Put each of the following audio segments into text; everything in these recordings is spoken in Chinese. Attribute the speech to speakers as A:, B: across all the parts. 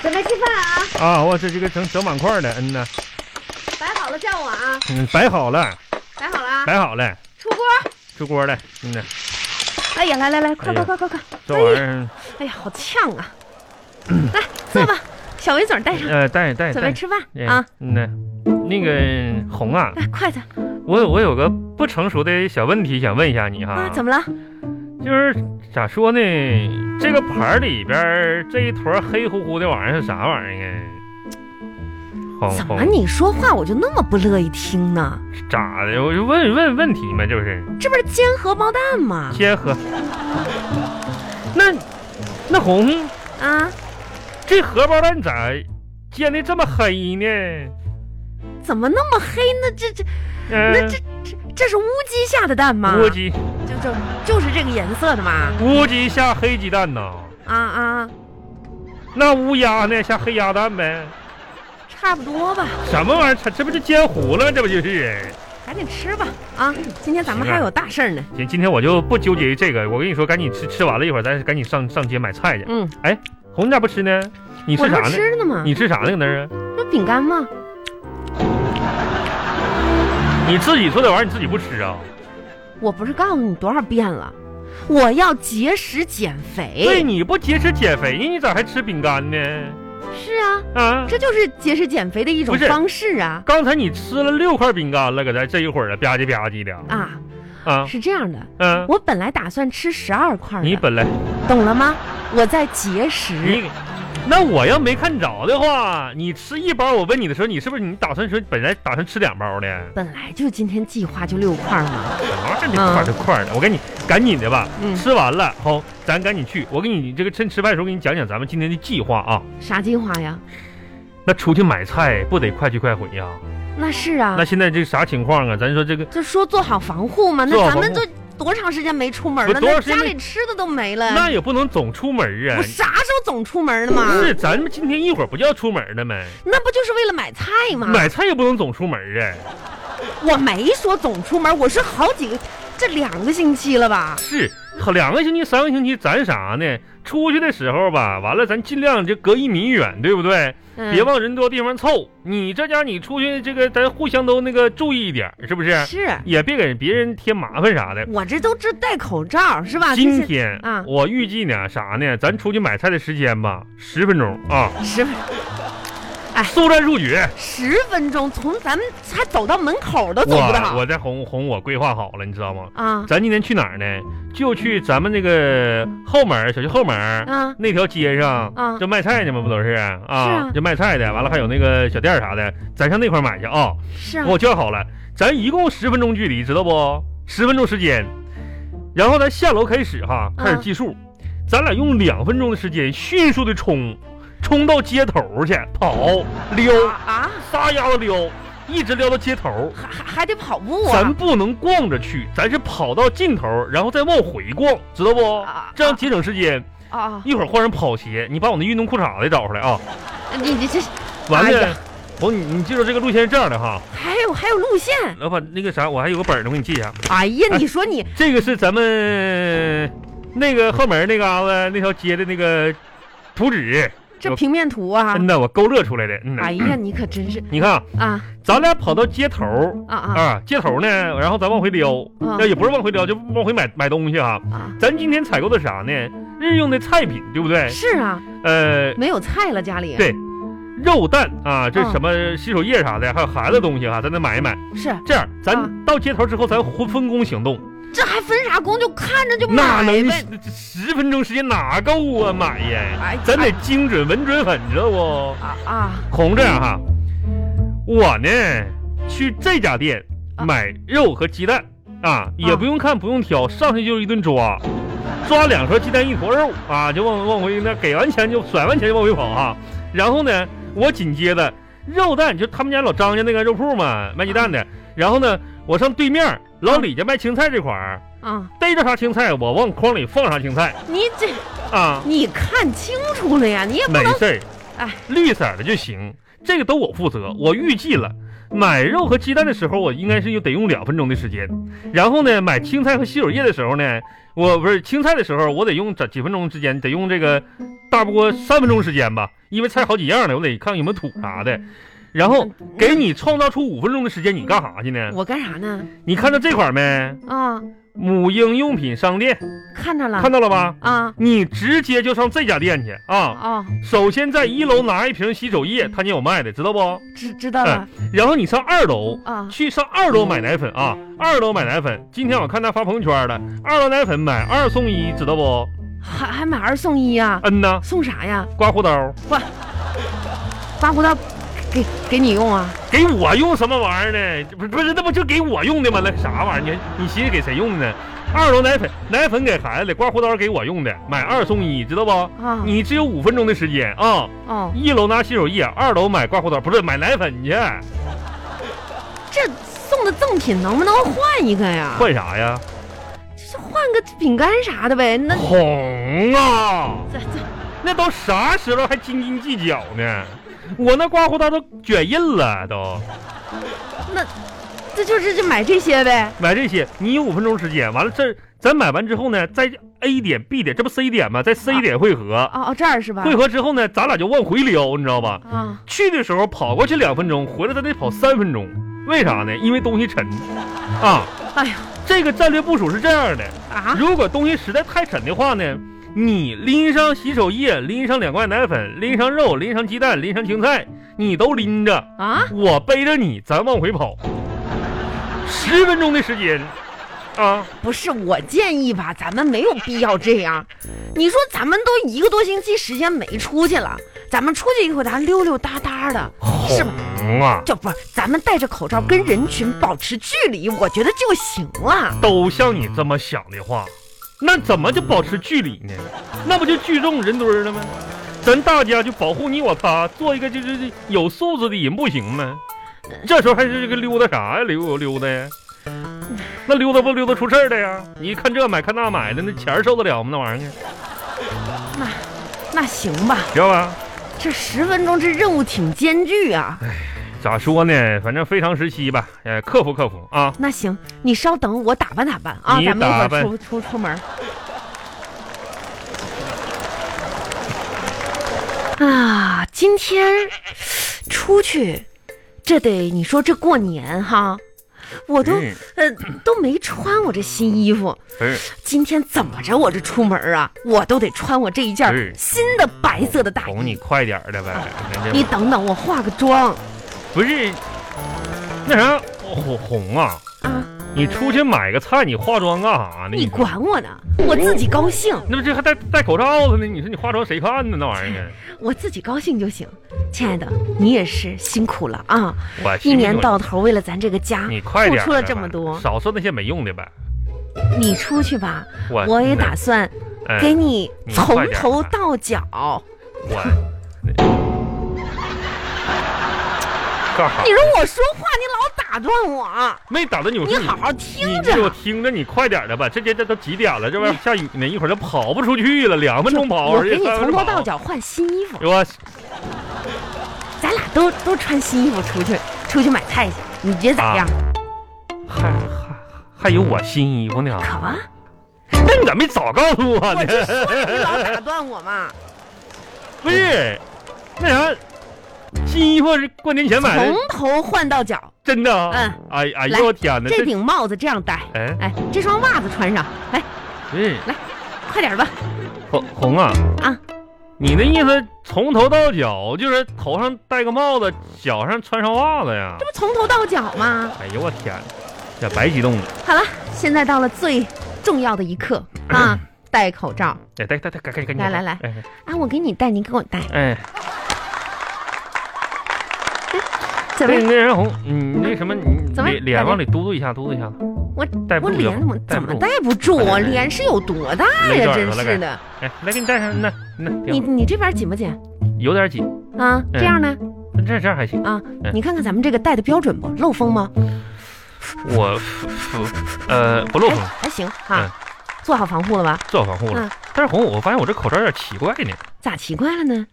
A: 准备吃饭啊！
B: 啊，我是这个整整碗筷的，嗯呐，
A: 摆好了叫我啊！
B: 嗯，摆好了，
A: 摆好了啊！
B: 摆好了，
A: 出锅！
B: 出锅了，嗯呐，
A: 哎呀，来来来，快
B: 哎呀
A: 快快快快！
B: 这玩意儿，
A: 哎呀，好呛啊！来坐吧，小围嘴儿带上，
B: 呃，带带
A: 准备
B: 带，
A: 吃饭
B: 哎
A: 啊！，
B: 嗯呐，那个红啊，
A: 来筷子
B: 我我有个不成熟的小问题想问一下你哈
A: 啊！，怎么了？
B: 就是咋说呢，这个盘儿里边儿这一坨黑乎乎的玩意儿是啥玩意儿啊？红
C: 怎么
B: 红
C: 你说话我就那么不乐意听呢？
B: 咋的？我就问问问题嘛，就是
C: 这不是煎荷包蛋吗？
B: 先喝。 那那红
C: 啊，
B: 这荷包蛋咋煎的这么黑呢？
C: 怎么那么黑呢？这这
B: 嗯、
C: 那这这这是乌鸡下的蛋吗？
B: 乌鸡
C: 就就就是这个颜色的嘛。
B: 乌鸡下黑鸡蛋呐，
C: 啊啊，
B: 那乌鸦呢下黑鸭蛋呗？
C: 差不多吧，
B: 什么玩意儿？这这不就煎糊了吗？这不就是？
C: 赶紧吃吧。啊，今天咱们还有大事儿呢。
B: 行，今天我就不纠结于这个。我跟你说，赶紧吃，吃完了一会儿，咱赶紧上上街买菜去。
C: 嗯，
B: 红，你咋不吃呢？你
C: 我
B: 吃
C: 这
B: 啥
C: 不
B: 呢？
C: 吃呢吗？
B: 你吃啥呢？搁那儿啊？
C: 这饼干吗？
B: 你自己做的玩意儿你自己不吃啊？
C: 哎我不是告诉你多少遍了，我要节食减
B: 对，
C: 肥。
B: 你不节食减肥呢，你咋还吃饼干呢？
C: 是啊，
B: 啊，
C: 这就是节食减肥的一种
B: 不是
C: 方式啊
B: 刚才你吃了六块饼干了，搁这这一会儿了，吧唧吧唧的
C: 啊！
B: 啊，
C: 是这样的，
B: 嗯、
C: 我本来打算吃十二块的，
B: 你本来
C: 懂了吗？我在节食，
B: 你，那我要没看着的话，你吃一包，我问你的时候，你是不是你打算说本来打算吃两包呢？
C: 本来就今天计划就六块嘛。
B: 什么玩意儿？那块儿就块儿的，我给你赶紧的吧，
C: 嗯
B: 吃完了，好，咱赶紧去。我给你这个趁吃饭的时候，给你讲讲咱们今天的计划啊。
C: 啥计划呀？
B: 那出去买菜不得快去快回呀、
C: 那是啊
B: 那，现在这啥情况啊？咱说这个，
C: 就说做好防护嘛。那
B: 做好
C: 咱们
B: 防
C: 都多长时间没出门
B: 不
C: 了？
B: 多
C: 那
B: 长时间
C: 家
B: 没
C: 里吃的都没了。
B: 那也不能总出门啊
C: 我。啥时候总出门了嗯嘛？
B: 不是，咱们今天一会儿不就要出门了吗？
C: 那不就是为了买菜吗？
B: 买菜也不能总出门啊。
C: 我没说总出门，我是好几个，这两个星期了吧？
B: 是，两个星期、三个星期，咱啥呢？出去的时候吧，完了咱尽量就隔一米远，对不对？
C: 嗯
B: 别往人多地方凑。你这家你出去这个，咱互相都那个注意一点，是不是？
C: 是
B: 也别给别人添麻烦啥的。
C: 我这都这戴口罩是吧？
B: 今天
C: 啊
B: 我预计呢啥呢？咱出去买菜的时间吧，十分钟啊，
C: 这是十分
B: 速战速
C: 啊
B: 决。
C: 十分钟，从咱们还走到门口都走不
B: 我
C: 到
B: 我在哄哄我规划好了，你知道吗？
C: 啊
B: 咱今天去哪儿呢？就去咱们那个后门儿小区后门儿
C: 啊！
B: 那条街上
C: 啊
B: 就卖菜呢嘛，不都是啊？
C: 啊
B: 就卖菜的，完了还有那个小店儿啥的，咱上那块儿买去啊。
C: 是啊
B: 我，叫好了，咱一共十分钟距离，知道不？十分钟时间，然后咱下楼开始哈，开始
C: 嗯
B: 计数，咱俩用两分钟的时间迅速的冲，冲到街头去跑撩，
C: 啊，
B: 撒丫子撩，一直撩到街头。
C: 还还还得跑步啊！
B: 咱不能逛着去，咱是跑到尽头，然后再往回逛，知道不
C: 啊？
B: 这样节省时间。
C: 啊，
B: 一会儿换上跑鞋，你把我那运动裤衩子找出来啊！
C: 哦你你这
B: 完
C: 哎
B: 了
C: 呀，
B: 我你你记住这个路线是这样的哈。
C: 还有还有路线，
B: 老板，那个啥，我还有个本儿呢，我给你记一下。
C: 哎呀，
B: 哎
C: 你说你
B: 这个是咱们那个后门那嘎达那条街的那个图纸，
C: 这
B: 我
C: 平面图啊，
B: 真的我勾勒出来的。嗯呐
C: 哎呀，你可真是
B: 你看啊，
C: 啊
B: 咱俩跑到街头
C: 啊啊
B: 啊，街头呢，然后咱往回撩，
C: 啊
B: 那也不是往回撩，就往回买买东西哈。
C: 啊！
B: 咱今天采购的啥呢？日用的菜品，对不对？
C: 是啊，
B: 呃，
C: 没有菜了家里
B: 哎对，肉蛋啊，这
C: 嗯
B: 什么洗手液啥的，还有孩子东西啊，咱得买一买。
C: 是，
B: 这样，
C: 啊
B: 咱到街头之后，咱分分工行动，
C: 这还分啥工？就看着就
B: 哪
C: 买
B: 能
C: 呗。
B: 十分钟时间哪够啊？买呀，
C: 哎，
B: 咱得精准稳准狠，知道不？
C: 啊啊
B: 红这样哈，我呢去这家店
C: 啊
B: 买肉和鸡蛋啊，也不用看，不用挑，上去就一顿抓，抓两盒鸡蛋一坨肉啊，就往往回那给完钱就甩完钱就往回跑啊。然后呢，我紧接着肉蛋就他们家老张家那个肉铺嘛，卖鸡蛋的。然后呢，我上对面老李家卖青菜这块儿，
C: 啊！
B: 逮着啥青菜我往筐里放啥青菜
C: 你这
B: 啊，
C: 你看清楚了呀，你也不
B: 没
C: 能
B: 事儿，
C: 哎，
B: 绿色儿的就行，这个都我负责。我预计了，买肉和鸡蛋的时候，我应该是得用两分钟的时间。然后呢，买青菜和洗手液的时候呢，我不是青菜的时候，我得用这几分钟之间，得用这个大不过三分钟时间吧，因为菜好几样呢，我得看有没有土啥的。然后给你创造出五分钟的时间，你干啥去呢？
C: 我干啥呢？
B: 你看到这块儿没？
C: 啊，
B: 母婴用品商店，
C: 看着了
B: 看到了吧？
C: 啊
B: 你直接就上这家店去啊！
C: 哦，
B: 首先在一楼拿一瓶洗手液，他家有卖的，知道不？
C: 知知道了
B: 然后你上二楼，
C: 啊
B: 去上二楼买奶粉啊！二楼买奶粉，今天我看他发朋友圈了，二楼奶粉买二送一，知道不？
C: 还还买二送一啊？
B: 嗯呐，
C: 送啥呀？
B: 刮胡刀
C: 刮胡刀给给你用啊？
B: 给我用什么玩意儿呢？这不是不是，那不就给我用的吗？那啥玩意儿？你你寻思给谁用的呢？二楼奶粉，奶粉给孩子的，刮胡刀给我用的，买二送一，知道不？
C: 啊
B: 你只有五分钟的时间啊！
C: 哦，
B: 一楼拿洗手液，二楼买刮胡刀，不是买奶粉去，
C: 这送的赠品能不能换一个呀？
B: 换啥呀？
C: 就是换个饼干啥的呗。那
B: 红啊！
C: 这这
B: 那都啥时候还斤斤计较呢？我那刮胡刀都卷印了，都
C: 这就是就买这些呗。
B: 买这些，你有五分钟时间，完了这咱买完之后呢，在 A 点、B 点，这不 C 点吗？在 C 点汇合，
C: 哦哦，这儿是吧？
B: 汇合之后呢，咱俩就往回撩，你知道吧？
C: 啊，
B: 去的时候跑过去两分钟，回来咱得跑三分钟，为啥呢？因为东西沉，啊，
C: 哎呀
B: 这个战略部署是这样的，
C: 啊，
B: 如果东西实在太沉的话呢，你拎上洗手液，拎上两罐奶粉，拎上肉，拎上鸡蛋，拎上青菜，你都拎着，
C: 啊，
B: 我背着你，咱往回跑。十分钟的时间，啊，
C: 不是，我建议吧，咱们没有必要这样。你说咱们都一个多星期时间没出去了，咱们出去一回，咱溜溜达达的，是吧？
B: 红啊，
C: 就不，咱们戴着口罩跟人群保持距离，我觉得就行了。
B: 都像你这么想的话，那怎么就保持距离呢？那不就聚众人堆儿了吗？咱大家就保护你我他，做一个就是这有素质的人，不行吗？这时候还是这个溜达啥呀？溜溜达呀？那溜达不溜达出事儿的呀？你看这买看那买的，那钱儿受得了吗？那玩意儿，
C: 那行吧，
B: 知道吧？
C: 这十分钟这任务挺艰巨啊。
B: 咋说呢？反正非常时期吧，呃，克服克服啊。
C: 那行，你稍等，我打扮打扮啊，
B: 你
C: 咱们
B: 打
C: 一会
B: 扮
C: 儿出出出门。啊，今天出去，这得你说这过年哈，我都、
B: 嗯
C: 呃都没穿我这新衣服，
B: 哎，
C: 今天怎么着我这出门啊，我都得穿我这一件
B: 嗯
C: 新的白色的大
B: 哄
C: 衣
B: 你。快点儿的呗。那
C: 你
B: 这
C: 等等，我化个妆
B: 不是那啥红红啊？
C: 啊，
B: 你出去买个菜，你化妆干啥呢？
C: 你管我呢，我自己高兴。
B: 那不这还戴戴口罩子呢？你说你化妆谁看呢？那玩意 儿，
C: 我自己高兴就行。亲爱的，你也是辛苦了啊！
B: 我
C: 一
B: 心里
C: 年
B: 有
C: 到头为了咱这个家，
B: 你快点儿
C: 付出了
B: 的
C: 这
B: 吧
C: 么多
B: 少说那些没用的呗。
C: 你出去吧，
B: 我
C: 我也打算
B: 哎
C: 给你
B: 你
C: 从
B: 快点儿啊
C: 头
B: 吧
C: 到脚。
B: 我干啥
C: 你？说我说话，你老打断我，
B: 没打断你，我
C: 你
B: 说
C: 好好听
B: 你我
C: 着。
B: 听着，你快点儿的吧，这这这都几点了？这边下雨呢，一会儿都跑不出去了，两分钟跑，
C: 我
B: 而
C: 给
B: 且
C: 你
B: 三分
C: 从
B: 钟
C: 头到
B: 跑。哎
C: 脚换新衣服，
B: 我
C: 咱俩都都穿新衣服出去，出去买菜去。你觉得咋样？
B: 还还还有我新衣服呢，
C: 可 不，
B: 那啊你咋没早告诉我
C: 我
B: 呢？
C: 就说你 老打断我嘛。
B: 不是，那啥，新衣服是过年前买的
C: 从，头换到脚，
B: 真的啊？
C: 嗯
B: 哎哎
C: 来
B: 呦我天哪，
C: 这顶帽子这样戴，
B: 哎
C: 哎，这双袜子穿上，哎来，
B: 不是
C: 快点儿吧。
B: 红红啊
C: 啊！
B: 你那意思从头到脚就是头上戴个帽子，脚上穿上袜子呀
C: 这？不从头到脚吗？
B: 哎呦我天，这白激动了！
C: 好了，现在到了最重要的一刻啊！戴口罩
B: 哎，戴戴戴，赶紧赶紧！
C: 来来来
B: 哎，
C: 啊，我给你戴，你给我戴，
B: 哎，
C: 怎么
B: 那
C: 样？
B: 哎那人红，你那什么，你
C: 怎么
B: 脸脸往里嘟嘟一下，嘟嘟一下。
C: 我
B: 戴不
C: 我
B: 住就
C: 脸怎么
B: 戴
C: 怎
B: 不
C: 么
B: 住
C: 戴不住？
B: 来来
C: 我
B: 来
C: 脸是有多大
B: 勒
C: 呀？
B: 着耳
C: 真
B: 朵了
C: 是的，
B: 哎，来给你戴上，那那
C: 你你这边紧不紧
B: 有点紧，
C: 啊？这样呢
B: 这这样还行。
C: 啊
B: 哎？
C: 你看看咱们这个戴的标准不？漏风吗？哎
B: 我不呃不漏
C: 哎
B: 风，
C: 还行
B: 嗯
C: 哈，做好防护了吧？
B: 做好防护了
C: 嗯。
B: 但是红，我发现我这口罩有点奇怪呢。
C: 咋奇怪了呢？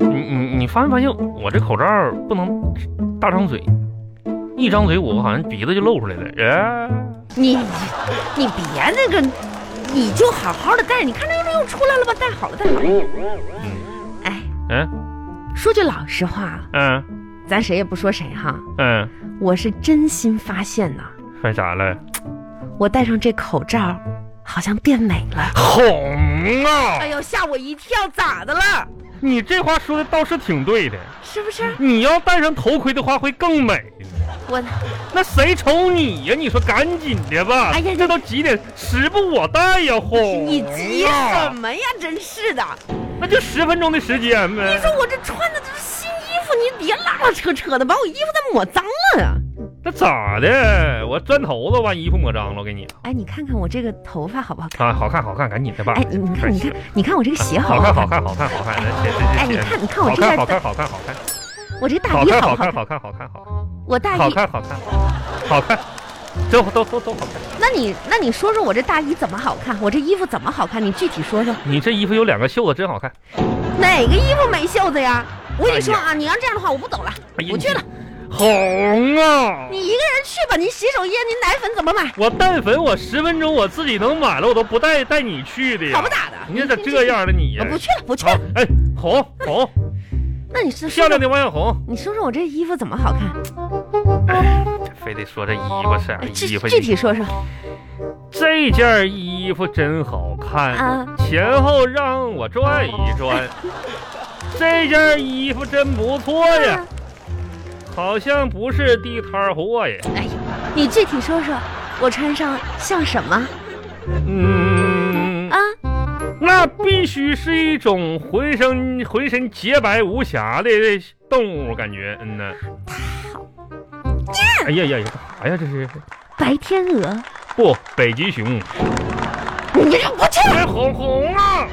B: 你你你发没发现我这口罩不能大张嘴，一张嘴我好像鼻子就露出来了。哎，
C: 你你别那个，你就好好的戴，你看这又
A: 又出来了吧？带好了，带好了。哎，
B: 嗯
A: 说句老实
C: 啊
A: 话，
B: 嗯
A: 咱谁也不说谁哈，
B: 嗯，
A: 我是真心发现呐，
B: 犯啥了？
A: 我戴上这口罩，好像变美了。
B: 红啊
C: 哎！呦，吓我一跳，咋的了？
B: 你这话说的倒是挺对的。
A: 是不是？
B: 你要戴上头盔的话，会更美。
A: 我
B: 那谁瞅你呀？你说赶紧的吧！
A: 哎呀
B: 这都几点？时不我待呀，红啊！
C: 你急什么呀？真是的！
B: 那就十分钟的时间呗。
C: 你说我这穿的这是新衣服，你别拉拉扯扯的，把我衣服再抹脏了
A: 啊
C: 呀！
B: 那咋的？我砖头子把衣服抹脏了，给你
A: 哎，你看看我这个头发好不好看？
B: 啊！好看，好看，赶紧的吧。
A: 哎，你你看，你看，你看我这个鞋好
B: 啊好
A: 不
B: 看，
A: 好
B: 好
A: 看？
B: 看，好看，好看，来，谁谁
A: 哎，
B: 谁
A: 你
B: 谁？
A: 看，你看我
B: 好
A: 这件
B: 看，
A: 儿
B: 好看，
A: 大，
B: 好看，好看，
A: 我这大
B: 好
A: 衣
B: 看，
A: 好
B: 好
A: 不好
B: 看，
A: 看？
B: 好看，好看，好看，
A: 我大
B: 好
A: 衣，
B: 看，好看，好看，都都都都好看。
A: 那你那你说说我这大衣怎么好看？我这衣服怎么好看？你具体说说
B: 你这衣服有两个袖子，真好看。
C: 哪个衣服没袖子呀？我跟你说
B: 哎
C: 啊，你要这样的话，我不走了，
B: 哎呀
C: 我去了。
B: 红啊！
C: 你一个人去吧，你洗手液、你奶粉怎么买？
B: 我但凡我十分钟我自己能买了，我都不带带你去的呀。
C: 好不咋的，
B: 你咋这样了你呀
C: 我？啊不去了，不去了
B: 好。，哎，红 红，
C: 那你是说
B: 漂
C: 说，
B: 亮的王小红。
A: 你说说我这衣服怎么好看？
B: 这非得说这衣服是啥
A: 哎具
B: 衣服？
A: 具体说说。
B: 这件衣服真好看，
A: 啊
B: 前后让我转一 转。这件衣服真不错哎
A: 啊
B: 呀，好像不是地摊货呀。
C: 哎
A: 你具体说说，我穿上像什么
B: 嗯
A: 啊，？
B: 那必须是一种浑身浑身洁白无瑕的动物感觉。嗯呐。哎呀呀呀，干啥呀？这是
A: 白天鹅。
B: 不北极熊？
C: 你这不去了，
B: 哎，红红啊！